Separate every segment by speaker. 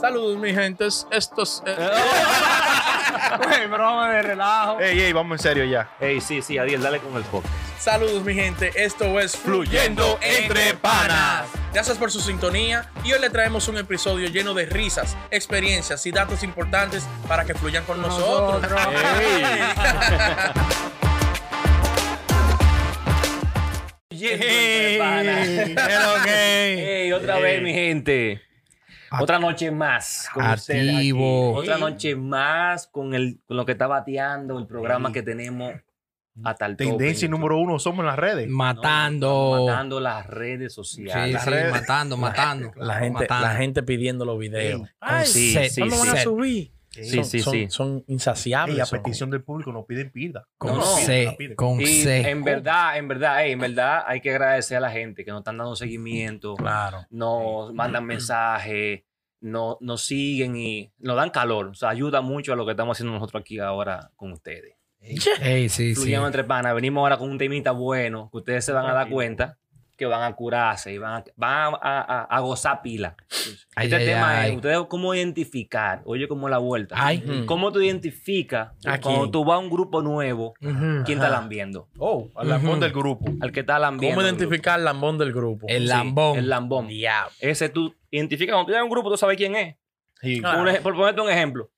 Speaker 1: Saludos, mi gentes. Estos. eh,
Speaker 2: Güey, broma de relajo.
Speaker 3: Ey, ey, vamos en serio ya.
Speaker 4: Ey, sí, sí, Adiel, dale con el podcast.
Speaker 1: Saludos, mi gente. Esto es
Speaker 3: Fluyendo Entre Panas.
Speaker 1: Gracias por su sintonía y hoy le traemos un episodio lleno de risas, experiencias y datos importantes para que fluyan con nosotros.
Speaker 2: Nosotros.
Speaker 3: Ey, hello, gay.
Speaker 4: Ey, otra
Speaker 3: Ey.
Speaker 4: vez, mi gente. Otra noche más con ustedes aquí.
Speaker 5: Activo.
Speaker 4: Otra noche más con, el, con lo que está bateando el programa que tenemos a tal tope.
Speaker 3: Tendencia número uno somos las redes.
Speaker 5: Matando.
Speaker 4: Matando las redes
Speaker 5: Sí,
Speaker 4: sociales.
Speaker 3: las
Speaker 5: sí,
Speaker 3: redes.
Speaker 5: matando, matando.
Speaker 1: La gente,
Speaker 5: matando.
Speaker 1: la gente pidiendo los videos.
Speaker 5: Con
Speaker 4: sí,
Speaker 5: set,
Speaker 4: sí,
Speaker 5: con
Speaker 4: sí.
Speaker 5: set,
Speaker 1: subir.
Speaker 4: Sí, sí,
Speaker 1: son,
Speaker 4: sí.
Speaker 1: son
Speaker 3: Ey,
Speaker 1: insaciables.
Speaker 3: a
Speaker 1: son.
Speaker 3: petición del público nos piden pida.
Speaker 5: Con
Speaker 4: No, no.
Speaker 5: set, con
Speaker 4: Y
Speaker 5: set.
Speaker 4: en verdad, en verdad, ey, en verdad hay que agradecer a la gente que nos están dando seguimiento,
Speaker 1: Claro.
Speaker 4: nos mandan mensajes, no, nos siguen y nos dan calor. O sea, ayuda mucho a lo que estamos haciendo nosotros aquí ahora con ustedes.
Speaker 5: Ey, sí, sí.
Speaker 4: Fluyendo entre panas, venimos ahora con un temita bueno que ustedes se van a dar cuenta que van a curarse y van a, van a, a- a gozar pila.
Speaker 5: Ay,
Speaker 4: este
Speaker 5: ay,
Speaker 4: tema
Speaker 5: ay.
Speaker 4: es, ustedes cómo identificar, oye, como la vuelta.
Speaker 5: Ay.
Speaker 1: Mm.
Speaker 4: ¿Cómo tú identificas
Speaker 5: Aquí.
Speaker 4: cuando tú vas a un grupo nuevo,
Speaker 5: Ujú.
Speaker 4: quién está lambiendo?
Speaker 3: Oh, al lambón
Speaker 5: Ujú.
Speaker 3: del grupo.
Speaker 4: Al que está lambiendo.
Speaker 1: ¿Cómo
Speaker 4: el grupo.
Speaker 1: identificar el lambón del grupo?
Speaker 5: El
Speaker 4: Sí,
Speaker 5: lambón.
Speaker 4: El lambón.
Speaker 1: diablo.
Speaker 4: Ese tú identificas cuando tú llegas a un grupo, tú sabes quién es.
Speaker 3: Sí.
Speaker 1: Ah.
Speaker 4: Por, ej- por ponerte un ejemplo.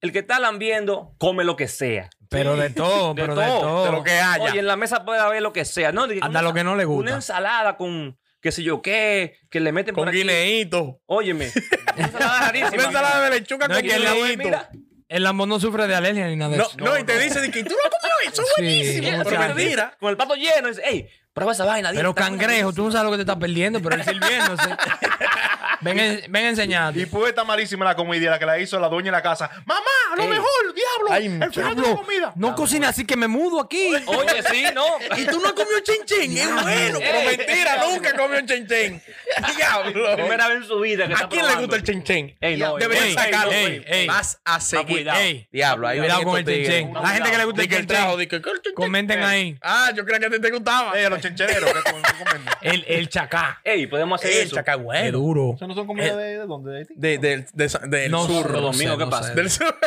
Speaker 4: El que está lambiendo, come lo que sea.
Speaker 5: Pero de todo,
Speaker 4: De
Speaker 5: pero de
Speaker 4: todo,
Speaker 5: todo.
Speaker 3: de lo que haya.
Speaker 4: Oye, en la mesa puede haber lo que sea. No, de-
Speaker 5: Hasta lo que no le
Speaker 4: Una
Speaker 5: gusta.
Speaker 4: ensalada con qué sé yo qué, que le meten
Speaker 1: Con
Speaker 4: por aquí.
Speaker 1: guineíto.
Speaker 4: Óyeme. Una ensalada rarísima.
Speaker 1: Una ensalada de lechuga
Speaker 5: No,
Speaker 1: con
Speaker 5: es que la-
Speaker 1: guineíto.
Speaker 4: Mira,
Speaker 5: El lambón no sufre de alergia ni nada de
Speaker 1: No,
Speaker 5: eso.
Speaker 1: no, y te dice de que tú lo comes, eso es
Speaker 5: Sí,
Speaker 1: buenísimo.
Speaker 5: o
Speaker 1: Pero
Speaker 5: sea,
Speaker 1: mentira.
Speaker 4: Con el pato lleno. Dice, ey, prueba esa vaina.
Speaker 5: Pero
Speaker 4: dieta,
Speaker 5: cangrejo, tú no sabes lo que te estás perdiendo, pero él sirviéndose. ven, en- ven a
Speaker 3: Y
Speaker 5: enseñarte.
Speaker 3: puede estar malísima la comida la que la hizo la dueña de la casa. Mamá, a lo
Speaker 4: Ey.
Speaker 3: mejor, diablo.
Speaker 1: Ay,
Speaker 3: el final de la
Speaker 5: Diablo,
Speaker 3: comida.
Speaker 5: no cocina así que me mudo aquí.
Speaker 4: Oye, sí, no.
Speaker 1: Y tú no has comido chinchín, es bueno, pero
Speaker 4: Ey.
Speaker 1: mentira, nunca comió un chinchín. Diablo.
Speaker 4: Primera vez en su vida que
Speaker 1: ¿A quién le gusta el chinchín?
Speaker 4: Ey, no, ey,
Speaker 1: Deberían
Speaker 4: ey,
Speaker 1: sacarlo.
Speaker 4: no, ey, ey.
Speaker 1: Vas a seguir.
Speaker 4: cuidado.
Speaker 5: Ey,
Speaker 1: Diablo, ahí
Speaker 5: cuidado
Speaker 1: vienen
Speaker 5: con el
Speaker 1: estos
Speaker 5: chinchén.
Speaker 1: tigres.
Speaker 5: La gente que le gusta
Speaker 1: Di
Speaker 5: el
Speaker 1: que el
Speaker 5: chinchén.
Speaker 1: trajo, di que- que el chinchín.
Speaker 5: Comenten ahí.
Speaker 1: Ah, yo creía que a ti te gustaba.
Speaker 3: Ey, a los chenchereros que comen- comen.
Speaker 5: El, el chacá.
Speaker 4: Ey, podemos hacer
Speaker 1: Ey,
Speaker 4: eso.
Speaker 1: chacagüero.
Speaker 5: Qué duro.
Speaker 3: Eso no son comidas de, de dónde? De Haití.
Speaker 1: De- del de Sa- del
Speaker 5: No,
Speaker 1: sur.
Speaker 5: no
Speaker 4: Domingo,
Speaker 5: sé,
Speaker 4: ¿qué
Speaker 5: no
Speaker 4: pasa?
Speaker 5: sé.
Speaker 1: Del sur.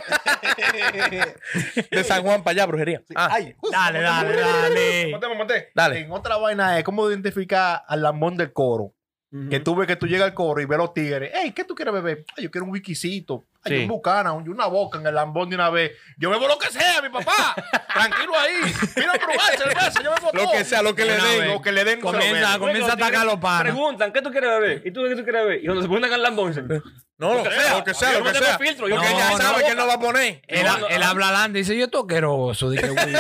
Speaker 1: De San Juan para allá, brujería. Ah.
Speaker 3: Ay, uh,
Speaker 5: Dale, dale, dale.
Speaker 3: Monté, monté.
Speaker 1: Dale.
Speaker 3: En otra vaina es cómo identificar al lambón del coro. Que tú ves que tú llegas al coro y ves los tigres. Ey, ¿qué tú quieres beber? Ay, yo quiero un wikisito.
Speaker 4: Sí.
Speaker 3: Ay, un bucana, un- una boca en el lambón de una vez. Yo bebo lo que sea, mi papá. Tranquilo ahí. Mira, probar cerveza, yo bebo
Speaker 1: Lo
Speaker 3: todo.
Speaker 1: que sea, lo que le
Speaker 3: Una
Speaker 1: den.
Speaker 3: vez. Lo que le den. se lo
Speaker 5: Comienza,
Speaker 3: bebe.
Speaker 5: comienza a atacar a los panas.
Speaker 4: Preguntan, ¿qué tú quieres beber? ¿Y tú qué tú quieres beber? Y cuando se ponen acá el lambón, dicen,
Speaker 1: No, lo que sea, lo que sea,
Speaker 4: yo
Speaker 1: lo
Speaker 4: no
Speaker 1: que
Speaker 4: tengo
Speaker 1: sea.
Speaker 4: filtro, yo
Speaker 1: Porque
Speaker 5: no,
Speaker 1: ya
Speaker 5: no.
Speaker 1: sabe que él no va a poner.
Speaker 5: Él,
Speaker 4: No, no,
Speaker 5: él
Speaker 4: ah.
Speaker 5: habla adelante y dice, yo toqueroso. Dije, wiki.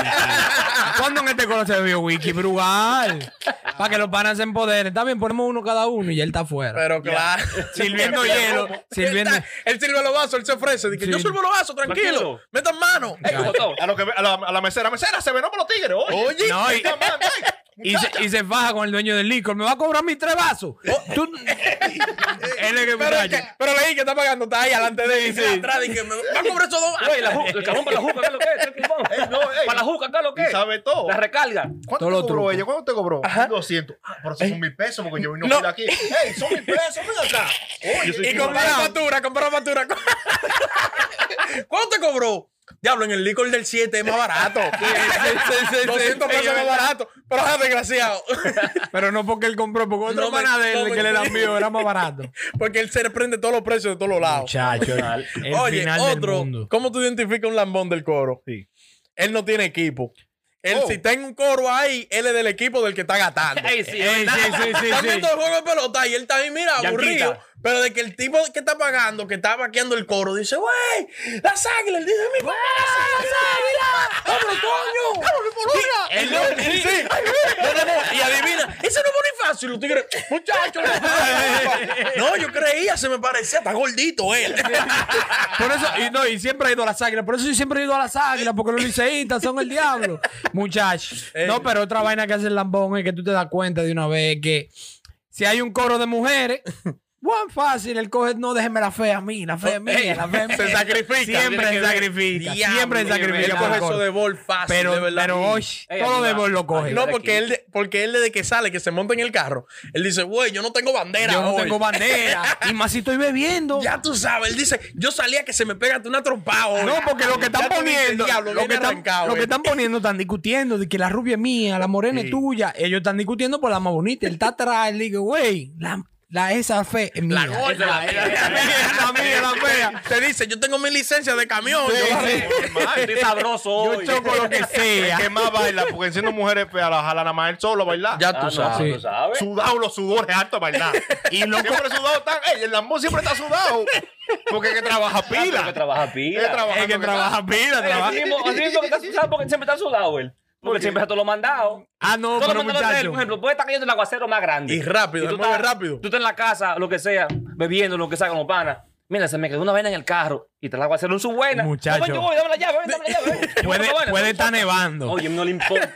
Speaker 5: ¿Cuándo en este coro se bebió wiki, Brugal? Para que los panas se empoderen. Está bien, ponemos uno cada uno y ya él está afuera.
Speaker 1: Pero claro.
Speaker 5: Sirviendo
Speaker 1: Pero
Speaker 5: hielo,
Speaker 1: ¿cómo?
Speaker 5: sirviendo-
Speaker 1: Él, está- él sirve los vasos, él se ofrece. Dice,
Speaker 5: Sí.
Speaker 1: yo sirvo los vasos, tranquilo.
Speaker 4: Tranquilo.
Speaker 1: Metan mano.
Speaker 4: ¡Ey, cómo todo!
Speaker 3: A, lo que, a, la, a la mesera. Mesera, se venó por los tigres. Oye.
Speaker 1: Oye.
Speaker 5: No, y-
Speaker 3: Esta manda, ey.
Speaker 5: Y se, y se faja con el dueño del licor. Me va a cobrar mis tres vasos. Tú- él es que
Speaker 1: Oh. Pero, es
Speaker 5: muchacho.
Speaker 1: que- pero leí que está pagando, está ahí adelante de él. Sí. Atrás, dije, me va a cobrar esos dos.
Speaker 4: Güey, la ju- el cajón para la juca, ¿qué es lo que es? El cajón.
Speaker 3: Ey, no, ey.
Speaker 4: Para la juca, ¿qué es lo que
Speaker 3: Y
Speaker 4: es?
Speaker 3: sabe todo.
Speaker 4: La recarga.
Speaker 3: ¿Cuánto
Speaker 5: Todo lo
Speaker 3: te cobró
Speaker 5: truco.
Speaker 3: ella? ¿Cuánto te cobró? 200. Ah, pero esos son mil pesos porque yo vine
Speaker 1: No.
Speaker 3: no. aquí. ¡Ey, son mil pesos! ¡Ven acá! Oye, yo soy
Speaker 1: Y compara
Speaker 3: chingado.
Speaker 1: factura, compara factura. ¿Cuánto te cobró? Diablo, en el licor del 7 es más barato. 200
Speaker 5: sí,
Speaker 1: pesos
Speaker 5: es
Speaker 1: más
Speaker 5: verdad.
Speaker 1: barato. Pero ah, desgraciado.
Speaker 5: Pero no porque él compró, porque otro
Speaker 1: No me-
Speaker 5: pana de
Speaker 1: no
Speaker 5: él
Speaker 1: me-
Speaker 5: que le la envió era más barato.
Speaker 1: Porque él se prende todos los precios de todos los lados.
Speaker 5: Muchacho, el
Speaker 1: Oye,
Speaker 5: final
Speaker 1: otro,
Speaker 5: del mundo.
Speaker 1: ¿cómo tú identificas un lambón del coro?
Speaker 3: Sí.
Speaker 1: Él no tiene equipo. Él,
Speaker 3: Oh.
Speaker 1: si está en un coro ahí, él es del equipo del que está gatando.
Speaker 4: Ey, sí,
Speaker 5: Ey,
Speaker 4: ¿verdad?
Speaker 5: sí, sí, sí,
Speaker 1: Está
Speaker 5: sí.
Speaker 1: viendo el juego de pelota y él está ahí, mira,
Speaker 4: Yanquita.
Speaker 1: aburrido. Pero de que el tipo que está pagando, que está vaqueando el coro, dice, güey, las águilas. Él dice, mi padre, las águilas. ¡Vámonos, coño!
Speaker 5: Él
Speaker 1: Sí,
Speaker 5: no-
Speaker 1: sí, sí. No, no, no. Y adivina, ese no es Bonifacio. Y los tigres, muchacho. No, yo creía, se me parecía, está gordito él.
Speaker 5: Por eso, y no, y siempre ha ido a las águilas. Por eso yo siempre he ido a las águilas, porque los liceístas son el diablo. Muchachos.
Speaker 1: Eh.
Speaker 5: No, pero otra vaina que hace el lambón es que tú te das cuenta de una vez que si hay un coro de mujeres, Juan fácil, él coge, no déjeme la fe a mí, la fe es mía, la fe es mía.
Speaker 1: Eh, Se sacrifica.
Speaker 5: Siempre se sacrifica, siempre se sacrifica.
Speaker 1: Él
Speaker 5: por
Speaker 1: coge
Speaker 5: el
Speaker 1: eso
Speaker 5: gol.
Speaker 1: de bol fácil,
Speaker 5: pero,
Speaker 1: de verdad.
Speaker 5: pero hoy,
Speaker 4: Ey,
Speaker 5: todo
Speaker 4: ayuda,
Speaker 5: de bol lo coge.
Speaker 4: ayuda.
Speaker 1: No, porque
Speaker 4: aquí.
Speaker 1: él, porque él desde que sale, que se monta en el carro, él dice, güey, yo no tengo bandera
Speaker 5: Yo no
Speaker 1: hoy".
Speaker 5: tengo bandera. y más si estoy bebiendo.
Speaker 1: Ya tú sabes, él dice, yo salía que se me pega hasta una trompada hoy".
Speaker 5: No, porque lo que
Speaker 1: Ya
Speaker 5: están
Speaker 1: tú dices,
Speaker 5: poniendo,
Speaker 1: "Diablo,
Speaker 5: lo que
Speaker 1: viene
Speaker 5: están,
Speaker 1: arrancado,
Speaker 5: lo que
Speaker 1: eh".
Speaker 5: están poniendo están discutiendo de que la rubia es mía, la morena es tuya. Ellos están discutiendo por la más bonita. Él está atrás, él dice, güey, la, la- esa fe es mía.
Speaker 1: gorda,
Speaker 5: Esa-
Speaker 1: Ah, la-
Speaker 5: esa- esa- la mía, la fea.
Speaker 1: Te dice, yo tengo mi licencia de camión. yo la
Speaker 3: sí.
Speaker 1: tengo".
Speaker 4: Estoy sabroso hoy.
Speaker 5: Yo choco lo que
Speaker 3: El
Speaker 5: sea.
Speaker 3: que más baila, porque siendo mujeres feas, la jalan nada más él solo a bailar.
Speaker 1: Ya
Speaker 4: Ah,
Speaker 1: tú
Speaker 4: no,
Speaker 1: sabes.
Speaker 5: Sí.
Speaker 4: tú sabes.
Speaker 3: Sudado, los sudores harto a bailar. Y los siempre sudado están. Ey, el Lambón siempre está sudado. Porque es que trabaja
Speaker 4: Porque
Speaker 3: pila.
Speaker 4: trabaja pila.
Speaker 3: Es trabajando
Speaker 5: Es que
Speaker 3: que
Speaker 5: trabaja pila,
Speaker 4: Ay,
Speaker 5: trabaja.
Speaker 4: así mismo- así mismo que está- ¿sabes por qué siempre está sudado él? Porque siempre está todo lo mandado.
Speaker 5: Ah, no,
Speaker 4: Todo
Speaker 5: pero
Speaker 4: lo mandado él,
Speaker 5: muchachos.
Speaker 4: por ejemplo, puede estar cayendo el aguacero más grande.
Speaker 1: Y rápido, se
Speaker 4: tú
Speaker 1: mueve
Speaker 4: estás-
Speaker 1: rápido.
Speaker 4: Tú estás en la casa, lo que sea, bebiendo, lo que sea, como pana. Mira, se me quedó una vaina en el carro y te la voy a hacer un subuena.
Speaker 5: Muchacho.
Speaker 4: No, ven, yo voy, dame la llave, ven, dame la llave. ven. Yo
Speaker 5: Puede,
Speaker 4: voy, dame la
Speaker 5: puede
Speaker 4: vaina.
Speaker 5: estar nevando.
Speaker 4: Oye, no le importa.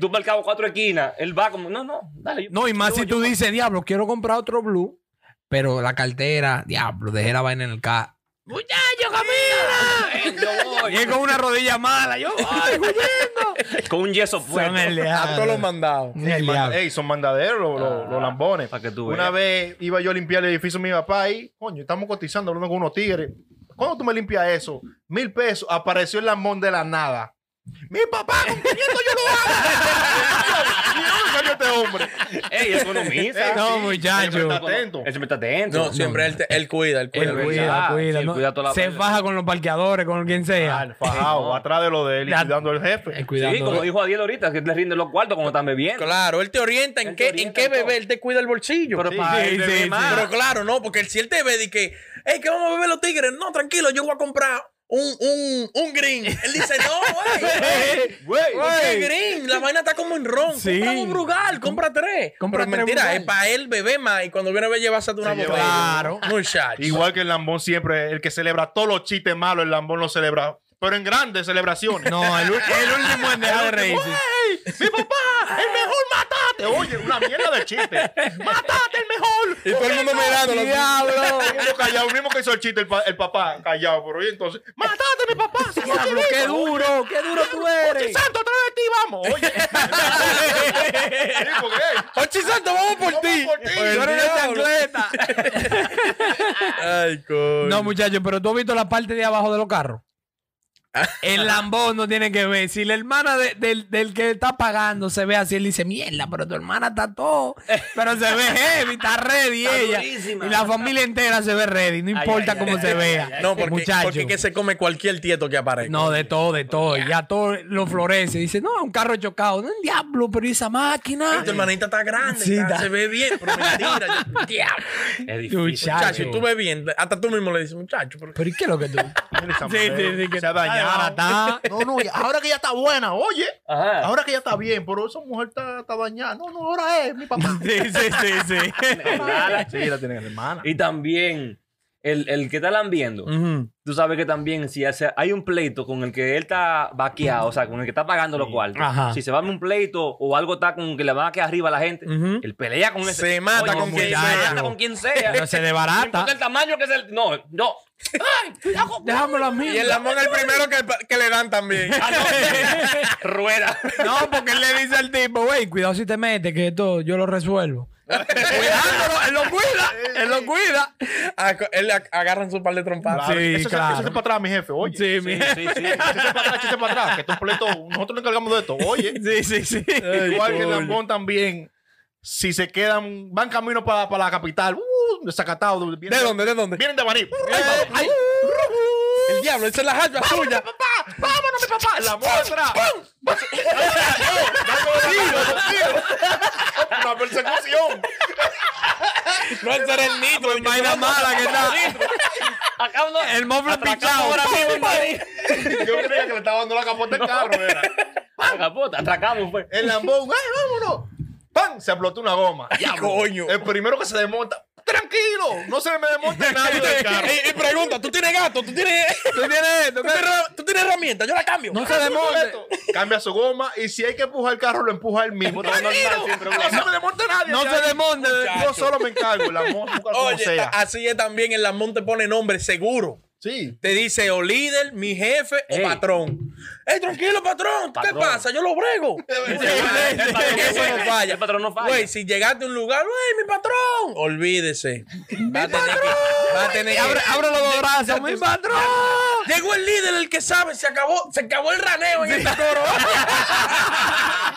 Speaker 4: Tú para el cabo cuatro esquinas, él va como, no, no, dale. yo-
Speaker 5: No, y más
Speaker 4: yo-
Speaker 5: si
Speaker 4: yo-
Speaker 5: tú dices, diablo, quiero comprar otro blue, pero la cartera, diablo, dejé la vaina en el carro. ¡Muchacho, camina!
Speaker 4: ven, yo voy.
Speaker 5: Y es con una rodilla mala, yo voy huyendo.
Speaker 4: Con un yeso
Speaker 5: Son el
Speaker 4: fuerte.
Speaker 1: A todos
Speaker 5: diablo.
Speaker 1: los mandados.
Speaker 5: Son el diablo.
Speaker 3: Ey, son mandaderos los, los- los lambones.
Speaker 4: Para que tú veas.
Speaker 3: Una vez iba yo a limpiar el edificio de mi papá y, coño, estamos cotizando hablando con unos tigres. ¿Cuándo tú me limpias eso? Mil pesos. Apareció el lambón de la nada. Mi papá, con 500 yo lo hago. ¿Y dónde salió este hombre?
Speaker 4: Ey, economiza.
Speaker 3: Ey,
Speaker 5: No,
Speaker 3: sí,
Speaker 5: muchacho.
Speaker 3: siempre está atento.
Speaker 4: Él siempre está atento.
Speaker 1: No, siempre él, te- él cuida, él cuida.
Speaker 5: Él
Speaker 1: él cuida.
Speaker 5: Pues cuida,
Speaker 4: Ah,
Speaker 5: cuida.
Speaker 4: sí,
Speaker 5: ¿no?
Speaker 4: cuida toda la
Speaker 5: Se
Speaker 4: vaina.
Speaker 5: faja con los parqueadores, con quien sea.
Speaker 3: Al fajao,
Speaker 4: Sí, no.
Speaker 3: atrás de lo de él y
Speaker 5: La-
Speaker 3: cuidando al jefe.
Speaker 5: El
Speaker 4: Sí,
Speaker 5: cuidando.
Speaker 4: como dijo Adiel ahorita, que le rinden los cuartos cuando están bebiendo.
Speaker 1: Claro, él te orienta en
Speaker 4: Él
Speaker 1: qué,
Speaker 4: te orienta
Speaker 1: en qué
Speaker 4: en todo.
Speaker 1: beber, él te cuida el bolsillo.
Speaker 4: Pero
Speaker 1: Pero,
Speaker 4: para
Speaker 5: sí,
Speaker 4: él
Speaker 5: sí,
Speaker 4: beber
Speaker 5: sí.
Speaker 4: más.
Speaker 1: claro, no, porque si él te ve y que, hey, ¿qué vamos a beber los tigres? No, tranquilo, yo voy a comprar un, un, un green. Él dice, no, güey.
Speaker 3: Güey,
Speaker 1: Porque
Speaker 5: Ey.
Speaker 1: green, la vaina está como en ron.
Speaker 5: Sí.
Speaker 1: Compra un brugal, compra tres.
Speaker 5: Compra
Speaker 1: Pero
Speaker 5: tres
Speaker 1: mentira,
Speaker 5: Brugal.
Speaker 1: es para él beber más y cuando viene a ver llevarse de una
Speaker 3: Se lleva-
Speaker 1: botella.
Speaker 5: Claro.
Speaker 1: Muchacho.
Speaker 3: Igual que el lambón siempre, el que celebra todos los chistes malos, el lambón lo celebra. Pero en grandes celebraciones.
Speaker 5: No, el, ul- el último en dejar de reírse.
Speaker 3: ¡Ey! ¡Mi papá! ¡El mejor matate! Oye, una mierda de chiste. ¡Matate el mejor!
Speaker 1: Y todo el mundo mirando.
Speaker 5: Diablo.
Speaker 3: Uno callado, el mismo que hizo el chiste, el, pa- el papá callado. Pero y entonces, ¡Matate mi papá! ¡Se murió
Speaker 5: Diablo,
Speaker 3: vivo!
Speaker 5: qué duro, qué duro tú
Speaker 3: ¡Oye,
Speaker 5: eres.
Speaker 3: santo, otra vez a ti! ¡Vamos! Oye. Sí, porque, ey,
Speaker 1: Ochi Santo, vamos por
Speaker 3: Vamos
Speaker 1: ti.
Speaker 3: por ti.
Speaker 1: Por el
Speaker 5: Tú eres una
Speaker 1: diablo.
Speaker 5: chancleta.
Speaker 1: Ay, coño.
Speaker 5: No, muchachos, pero tú has visto la parte de abajo de los carros. El lambón no tiene que ver. Si la hermana de- del, del que está pagando se ve así, él dice, mierda, pero tu hermana está todo. Pero se ve heavy, está ready
Speaker 4: Está
Speaker 5: ella.
Speaker 4: durísima.
Speaker 5: Y la familia entera se ve ready, no importa
Speaker 4: ay,
Speaker 5: cómo
Speaker 4: ay,
Speaker 5: se
Speaker 4: ay,
Speaker 5: vea.
Speaker 4: ay, ay.
Speaker 1: No, porque,
Speaker 5: Muchacho.
Speaker 1: porque que se come cualquier tieto que aparezca.
Speaker 5: No, de todo, de todo. Y Ya todo lo florece. Dice, no, un carro chocado. No, un diablo, pero ¿y esa máquina.
Speaker 1: Tu hermanita está grande,
Speaker 5: Sí,
Speaker 1: está-
Speaker 5: da.
Speaker 1: se ve bien, pero mentira. yo- Diablo.
Speaker 4: Es difícil.
Speaker 5: Muchacho.
Speaker 1: Muchacho, tú ves bien. Hasta tú mismo le dices, muchacho, pero
Speaker 5: Pero ¿y qué es lo que tú?
Speaker 3: Sí,
Speaker 5: sí, sí, que
Speaker 3: se ha dañado.
Speaker 5: está desbaratada.
Speaker 3: No, no, y ahora que ya está buena, oye.
Speaker 4: Ajá.
Speaker 3: Ahora que ya está bien, pero esa mujer está, está dañada. No, no, ahora es mi papá.
Speaker 5: Sí, sí, sí, sí.
Speaker 3: Sí, la tiene hermana.
Speaker 4: Y también, el, el que está lambiendo,
Speaker 5: Mm.
Speaker 4: tú sabes que también si hace- hay un pleito con el que él está vaqueado, o sea, con el que está pagando lo cual.
Speaker 5: Ajá.
Speaker 4: Si se va a un pleito o algo está con que le van a quedar arriba a la gente, él pelea con ese.
Speaker 1: Se mata con
Speaker 4: sí,
Speaker 1: quien
Speaker 4: se
Speaker 5: sea.
Speaker 4: mata con quien sea.
Speaker 5: Pero se
Speaker 4: No
Speaker 5: desbarata.
Speaker 4: importa el tamaño que es el. No, no.
Speaker 5: Dejámoslo a mí.
Speaker 1: Y el lamón es el primero que, que le dan también.
Speaker 4: Ah, no. Rueda.
Speaker 5: No, porque él le dice al tipo, güey, cuidado si te metes, que esto yo lo resuelvo. Cuidándolo, él lo cuida, él lo cuida.
Speaker 1: A- él a- agarran su par de trompadas.
Speaker 5: Sí,
Speaker 3: eso, se-
Speaker 5: claro.
Speaker 3: eso se para atrás, mi jefe, oye.
Speaker 5: Sí, mi-
Speaker 4: Sí, sí.
Speaker 3: Échese para atrás, échese para atrás, que esto es un pleito, nosotros nos encargamos de esto, oye.
Speaker 5: sí, sí, sí.
Speaker 3: Igual que el Lambón también, si se quedan, van camino para, para la capital, uh, desacatado. Vienen
Speaker 1: ¿De dónde? ¿De dónde?
Speaker 3: Vienen de Baní.
Speaker 1: Ay, ay, el diablo, esa es la hacha suya.
Speaker 3: papá! ¡Vámonos, mi papá! ¡La muestra! ¡Una persecución!
Speaker 1: No, ese era el nitro. el que
Speaker 5: Vaina
Speaker 1: se mata.
Speaker 5: mala que está.
Speaker 4: Acá uno-
Speaker 5: El mofle
Speaker 4: atracamos
Speaker 5: pichado.
Speaker 4: ahora mismo,
Speaker 3: Yo creía que le estaba dando la capota al carro, era.
Speaker 4: Acapota, atracamos, pues.
Speaker 3: El Lambón, ¡ay, vámonos! ¡Pam! Se explotó una goma.
Speaker 1: Ay, coño.
Speaker 3: El primero que se desmonta. ¡Tra! tranquilo. No se me desmonte nadie del carro.
Speaker 1: Y, y pregunta, ¿tú tienes gato? ¿Tú tienes,
Speaker 5: ¿Tú tienes
Speaker 1: tú
Speaker 5: esto?
Speaker 1: tienes herra- tú tienes herramienta? Yo la cambio.
Speaker 5: No se desmonte.
Speaker 3: Esto. Cambia su goma y si hay que empujar el carro, lo empuja él mismo.
Speaker 4: Todo normal,
Speaker 3: Tranquilo.
Speaker 4: sin problema.
Speaker 3: No se me desmonte nadie.
Speaker 5: No
Speaker 3: ya.
Speaker 5: se desmonte.
Speaker 3: Yo solo me encargo. La monta como
Speaker 1: Oye,
Speaker 3: sea.
Speaker 1: ta- así es también en la te pone nombre seguro.
Speaker 3: Sí.
Speaker 1: Te dice o líder, mi jefe
Speaker 4: Ey.
Speaker 1: o patrón. ¡Ey, tranquilo, patrón! ¿Qué
Speaker 4: Patrón.
Speaker 1: pasa? Yo lo brego.
Speaker 4: El patrón no
Speaker 1: Eso no
Speaker 4: falla.
Speaker 1: falla.
Speaker 4: El patrón no falla.
Speaker 1: Güey, si llegaste a un lugar, güey, mi patrón. Olvídese. Va a tener que. Va a tener que-
Speaker 5: Abre, abre los dos brazos, mi patrón.
Speaker 1: Llegó el líder, el que sabe, se acabó, se acabó el raneo en esta coro.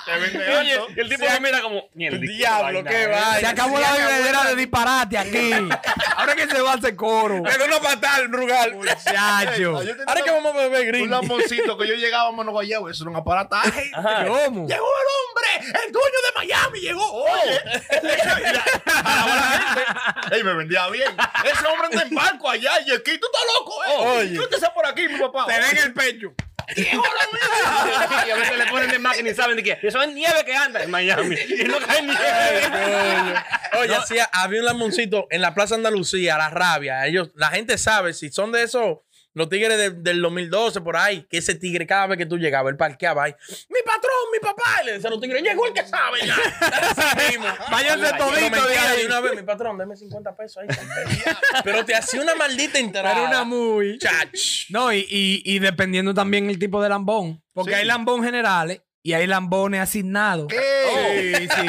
Speaker 3: Te vende
Speaker 4: Oye,
Speaker 3: alto.
Speaker 4: y el tipo me mira como. "Mierda, qué
Speaker 1: Diablo,
Speaker 4: vaina,
Speaker 1: qué
Speaker 4: eh".
Speaker 1: vaina.
Speaker 5: Se acabó la bebedera de disparate aquí. Ahora que se va a hacer coro.
Speaker 1: Le doy una patada al Rugal.
Speaker 5: Chacho.
Speaker 3: Yo tenía
Speaker 1: Ahora que vamos a beber
Speaker 3: Un
Speaker 1: green.
Speaker 3: lamboncito que yo llegaba a Mano Guayabo, eso era un aparataje.
Speaker 5: ¿Cómo?
Speaker 3: Llegó el hombre, el dueño de Miami, llegó. Oye, Mira, paraba la gente. Oh. Ey, me vendía bien. Ese hombre anda en barco allá y aquí tú estás loco, eh.
Speaker 1: Oye.
Speaker 3: ¿Qué usted hace por aquí, mi papá?
Speaker 1: Te ven el pecho.
Speaker 4: Y a veces le ponen de máquina y saben de qué. Eso es nieve que anda en Miami. Y no cae nieve.
Speaker 1: Oye, hacía- había un lamoncito en la Plaza Andalucía, la rabia. Ellos, la gente sabe si son de esos, los tigres de- del 2012 por ahí, que ese tigre cada vez que tú llegabas, él parqueaba ahí. Mi patrón, mi papá. Y le decían los tigres, llegó el que sabe ya.
Speaker 5: Váyanse
Speaker 1: Pero
Speaker 5: todito de
Speaker 1: mentira, de
Speaker 5: ahí.
Speaker 1: una vez, mi patrón, deme 50 pesos ahí. Pero te hacía una maldita entrada.
Speaker 5: Era una muy.
Speaker 1: Chach.
Speaker 5: No, y, y- y dependiendo también el tipo de lambón. Porque
Speaker 3: Sí.
Speaker 5: hay lambón generales y hay lambones asignados. Oh.
Speaker 3: Ey.
Speaker 5: Sí, sí.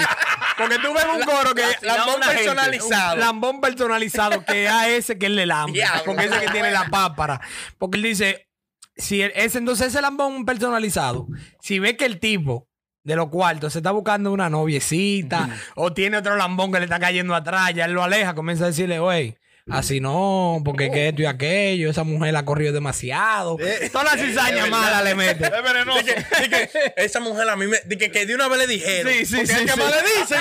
Speaker 5: Porque tú ves un coro que.
Speaker 1: Lambón
Speaker 4: una gente.
Speaker 1: personalizado.
Speaker 5: Un lambón personalizado que es a ese que él le lambe.
Speaker 1: Diablo.
Speaker 5: Porque ese que tiene la pápara. Porque él dice, si el- ese, entonces ese lambón personalizado, si ve que el tipo de los cuartos se está buscando una noviecita o tiene otro lambón que le está cayendo atrás, ya él lo aleja, comienza a decirle, wey. Así no, porque es que esto y aquello, esa mujer la ha corrido demasiado. Todas las cizañas malas le mete.
Speaker 3: Es venenoso.
Speaker 1: Esa mujer a mí me. De que, que de una vez le dijeron.
Speaker 5: Sí, sí,
Speaker 1: Porque
Speaker 5: pues, sí,
Speaker 1: el que
Speaker 5: sí.
Speaker 1: más le dicen.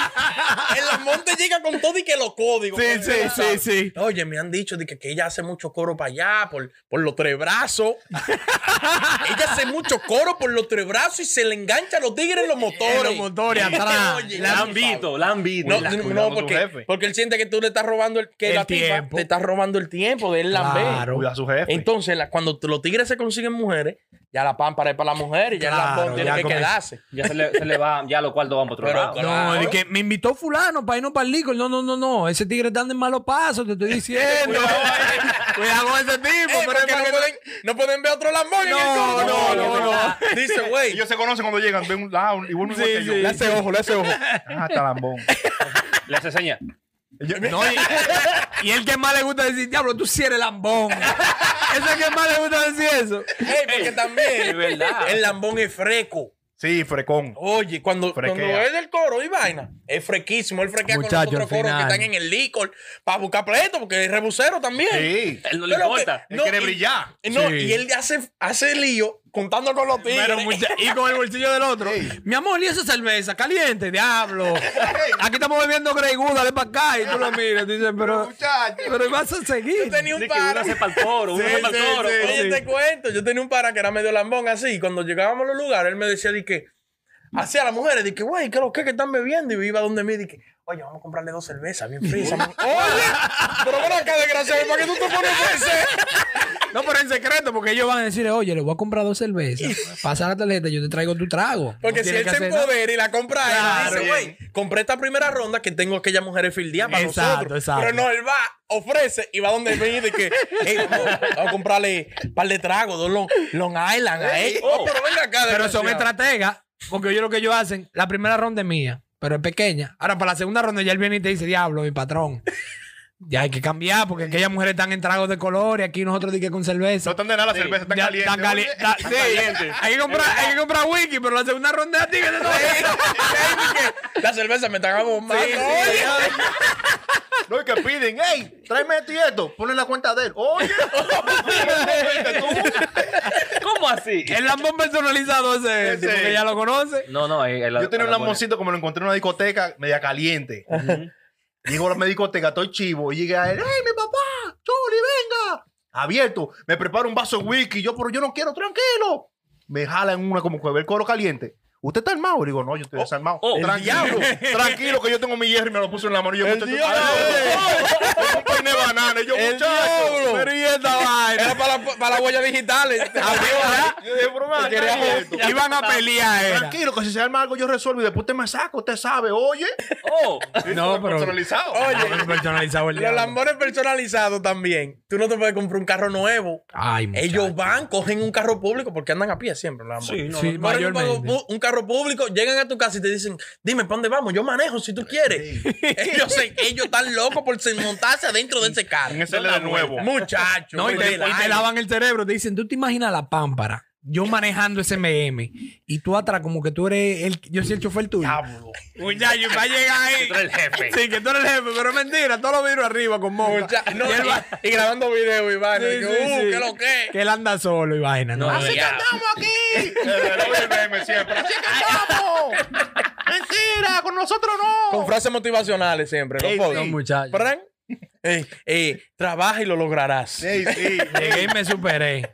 Speaker 1: El Lamón te llega con todo y que los códigos.
Speaker 5: Sí,
Speaker 1: Porque,
Speaker 5: sí, sí,
Speaker 1: ¿sabes?
Speaker 5: sí.
Speaker 1: Oye, me han dicho de que, que ella hace mucho coro para allá, por, por los tres brazos. ella hace mucho coro por los tres brazos y se le engancha a los tigres en los motores.
Speaker 5: En los motores atrás.
Speaker 1: Oye,
Speaker 4: La han visto, la han visto.
Speaker 1: No,
Speaker 4: La-
Speaker 1: no,
Speaker 4: cuidado
Speaker 1: no,
Speaker 4: con tu
Speaker 1: porque,
Speaker 4: jefe.
Speaker 1: porque él siente que tú le estás robando el, que
Speaker 5: El
Speaker 1: la tipa
Speaker 5: tiempo.
Speaker 1: te estás robando el tiempo de él lamber.
Speaker 5: Claro.
Speaker 3: Cuida a su jefe.
Speaker 1: Entonces, la- cuando t- los tigres se consiguen mujeres, ya la pámpara es para la mujer y ya
Speaker 5: Claro,
Speaker 1: el lambón tiene
Speaker 5: ya
Speaker 1: que
Speaker 5: comienza.
Speaker 1: quedarse.
Speaker 4: Ya se le, se le va, ya los cuartos van por otro
Speaker 1: Pero,
Speaker 4: lado.
Speaker 1: claro.
Speaker 5: No, de que me invitó fulano para irnos para el licor. No, no, no, no. Ese tigre está en malos pasos, te estoy diciendo. Cuidado con ese tipo.
Speaker 1: Ey,
Speaker 5: eh, pero es
Speaker 1: porque
Speaker 5: para
Speaker 1: no,
Speaker 5: que-
Speaker 1: pueden, no pueden ver otro lambón en el
Speaker 5: No,
Speaker 1: corte.
Speaker 5: no,
Speaker 4: no, no.
Speaker 1: Dice, güey.
Speaker 3: Ellos se conocen cuando llegan, ven un lado y uno igual que yo.
Speaker 1: Le hace ojo, le hace ojo.
Speaker 3: Ah, talambón.
Speaker 4: Le hace señas.
Speaker 3: Yo-
Speaker 5: No, y, y el que más le gusta decir, diablo, tú sí eres lambón. ese que más le gusta decir eso.
Speaker 1: Ey, porque
Speaker 4: es
Speaker 1: también
Speaker 4: verdad.
Speaker 1: el lambón es freco.
Speaker 3: Sí, frecón.
Speaker 1: Oye, cuando,
Speaker 3: Frequea.
Speaker 1: cuando es del coro y vaina, es frequísimo. Él frequea
Speaker 5: Muchacho,
Speaker 1: con los otros
Speaker 5: al
Speaker 1: coros que
Speaker 5: final.
Speaker 1: están en el licor para buscar pleito, porque es rebucero también.
Speaker 3: Sí.
Speaker 4: Él no le
Speaker 1: Pero
Speaker 4: importa.
Speaker 1: que-
Speaker 3: Él
Speaker 1: No,
Speaker 3: quiere
Speaker 1: y-
Speaker 3: brillar.
Speaker 1: No,
Speaker 5: Sí.
Speaker 1: y él hace, hace lío contando con los tigres.
Speaker 5: Pero mucha- y con el bolsillo del otro. Mi amor, ¿y esa cerveza? Caliente, diablo. Aquí estamos bebiendo Grey Goose, dale para acá. Y tú lo miras, tú dices, pero.
Speaker 3: Muchacho.
Speaker 5: Pero vas a seguir.
Speaker 1: tenía un
Speaker 4: Ni que uno
Speaker 1: para.
Speaker 4: hace para el toro, uno
Speaker 1: Sí,
Speaker 4: hace para
Speaker 1: sí,
Speaker 4: el toro.
Speaker 1: sí.
Speaker 4: Oye,
Speaker 1: Oye, te cuento, yo tenía un pana que era medio lambón así, y cuando llegábamos a los lugares, él me decía de que, hacía a las mujeres, de que, güey, ¿qué es lo que, que están bebiendo? Y yo iba donde mí, de que, oye, vamos a comprarle dos cervezas, bien frías. Oye, pero ven acá, desgraciado, ¿para qué tú te pones ese?
Speaker 5: No, pero en secreto, porque ellos van a decirle, oye, le voy a comprar dos cervezas. Pasa la tarjeta, yo te traigo tu trago. No
Speaker 1: Porque si
Speaker 5: tienes
Speaker 1: él
Speaker 5: que
Speaker 1: se
Speaker 5: hacer nada.
Speaker 1: empodera y la compra a él,
Speaker 5: Claro,
Speaker 1: dice, güey, compré esta primera ronda que tengo aquellas mujeres fildeadas para
Speaker 5: Exacto,
Speaker 1: nosotros.
Speaker 5: exacto.
Speaker 1: Pero no, él va, ofrece y va donde mí, de que, hey, vamos, vamos a comprarle un par de tragos, dos Long, Long Island a él. Oh, pero venga acá,
Speaker 5: Pero son
Speaker 1: desgraciado.
Speaker 5: estrategas, porque ellos lo que ellos hacen, la primera ronda es mía, pero es pequeña. Ahora, para la segunda ronda ya él viene y te dice, diablo, mi patrón. Ya hay que cambiar, porque aquellas mujeres están en tragos de color y aquí nosotros di que con cerveza.
Speaker 3: No están de nada la cerveza, están
Speaker 5: Ya,
Speaker 3: caliente.
Speaker 5: tan cali- ta- sí, Hay que comprar, hay que comprar whisky, pero la segunda ronda es a ti que te toca.
Speaker 1: La cerveza me están abombando.
Speaker 5: Sí, sí,
Speaker 1: Oye,
Speaker 3: No, y que piden, hey, tráeme esto y esto, ponle la cuenta de él. Oye,
Speaker 4: ¿Cómo así?
Speaker 5: El lambón personalizado ese,
Speaker 3: Ese.
Speaker 5: porque ya lo conoce.
Speaker 4: No, no. eh, el-
Speaker 3: yo tenía un
Speaker 4: el-
Speaker 3: lamoncito como lo encontré en una discoteca media caliente. Llego a la discoteca, estoy chivo, y llegué a él, hey, mi papá, Chuli, venga. Abierto, me preparo un vaso de whisky, yo, pero yo no quiero, tranquilo. Me jala en una como que ve el coro caliente. ¿Usted está armado? Le digo, no, yo estoy desarmado.
Speaker 4: oh, el
Speaker 3: tranquilo, tranquilo, que yo tengo mi hierro y me lo puse en la mano. Y yo, muchacho,
Speaker 1: diablo.
Speaker 3: ay, vaina. Y yo,
Speaker 1: El diablo.
Speaker 3: muchacho.
Speaker 5: Pero y esta vaina.
Speaker 1: Era para, la- Ah, para las huellas digitales.
Speaker 3: Yo dije, pero man,
Speaker 1: quería
Speaker 3: ¿qué es
Speaker 1: joder.
Speaker 3: esto?
Speaker 5: Iban a pelear, era.
Speaker 3: Tranquilo, que si se arma algo yo resuelvo y después te me saco, usted sabe, oye.
Speaker 4: ¡Oh!
Speaker 5: No, pero.
Speaker 3: Personalizado.
Speaker 1: Oye,
Speaker 5: Personalizado el
Speaker 1: los
Speaker 5: diablo.
Speaker 1: lambones personalizados también. Tú no te puedes comprar un carro nuevo.
Speaker 5: Ay, muchacho.
Speaker 1: Ellos van, cogen un carro público porque andan a pie siempre. los lambones.
Speaker 4: Sí, no,
Speaker 5: Sí,
Speaker 1: Ponen un carro
Speaker 5: mayormente.
Speaker 1: pu- un carro público, llegan a tu casa y te dicen, dime, ¿para dónde vamos? Yo manejo si tú quieres. ellos, se- ellos están locos por se- montarse adentro de ese carro.
Speaker 3: En ese de nuevo.
Speaker 1: Muchachos.
Speaker 5: No, y te, y te lavan el cerebro. Te dicen, tú te imaginas la pámpara. Yo manejando ese MM. Y tú atrás, como que tú eres el. Yo soy el chofer tuyo. Muchacho, va a llegar ahí.
Speaker 4: Tú eres el jefe.
Speaker 5: Sí, que tú eres el jefe, pero es mentira. Todos los vidrios arriba con monja.
Speaker 1: Mucha- no,
Speaker 5: y él va-
Speaker 1: y, y grabando video, Iván.
Speaker 5: Sí,
Speaker 1: y yo,
Speaker 5: sí,
Speaker 1: uh,
Speaker 5: sí.
Speaker 1: ¿qué lo que?
Speaker 5: que él anda solo y vaina. No, Ah,
Speaker 4: No,
Speaker 5: Así-
Speaker 4: ya.
Speaker 3: Mentira, con nosotros no.
Speaker 1: Con frases motivacionales siempre.
Speaker 3: Ey,
Speaker 1: no puedo.
Speaker 5: no, muchacho.
Speaker 1: Fran, eh, eh, trabaja y lo lograrás.
Speaker 3: Sí, sí.
Speaker 5: Llegué y me superé.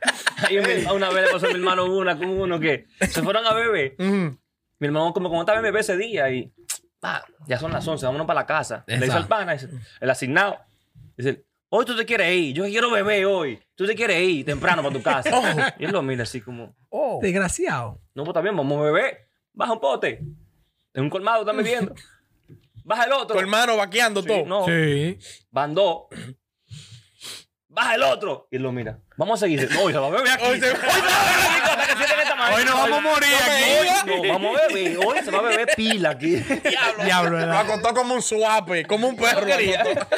Speaker 4: Y mi- una vez le pasó a mi hermano una con uno que se fueron a beber.
Speaker 1: Ujú.
Speaker 4: Mi hermano, como, como estaba en bebé ese día, y "Pa, ya son las 11, vámonos para la casa. Le dice
Speaker 5: Exacto.
Speaker 4: al pana, dice, el asignado, dice, hoy tú te quieres ir, yo quiero beber hoy, tú te quieres ir temprano para tu casa. y él lo mira así como,
Speaker 1: Oh.
Speaker 5: Desgraciado.
Speaker 4: no, pues también vamos a beber, baja un pote, en un colmado están bebiendo, baja el otro,
Speaker 1: Tu hermano vaqueando
Speaker 4: Sí,
Speaker 1: todo.
Speaker 4: no,
Speaker 5: Sí.
Speaker 4: van dos, baja el otro, y él lo mira, vamos a seguir, Dice, no, hoy se va a beber aquí.
Speaker 1: Hoy se-
Speaker 4: Hasta que sienten esta madre.
Speaker 5: Hoy nos vamos a morir aquí.
Speaker 4: No, vamos a beber. Hoy se va a beber pila aquí.
Speaker 5: Diablo,
Speaker 1: Lo
Speaker 5: ¿verdad?
Speaker 1: acostó como un suape, como un perro. lo acostó.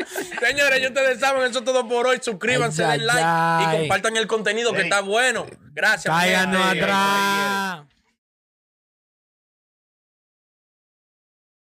Speaker 1: Señores, yo ustedes saben, eso es todo por hoy. Suscríbanse,
Speaker 5: Ay,
Speaker 1: den like
Speaker 5: ay, ay.
Speaker 1: y compartan el contenido que está bueno. Gracias.
Speaker 5: Cáiganos
Speaker 1: gente.
Speaker 5: atrás.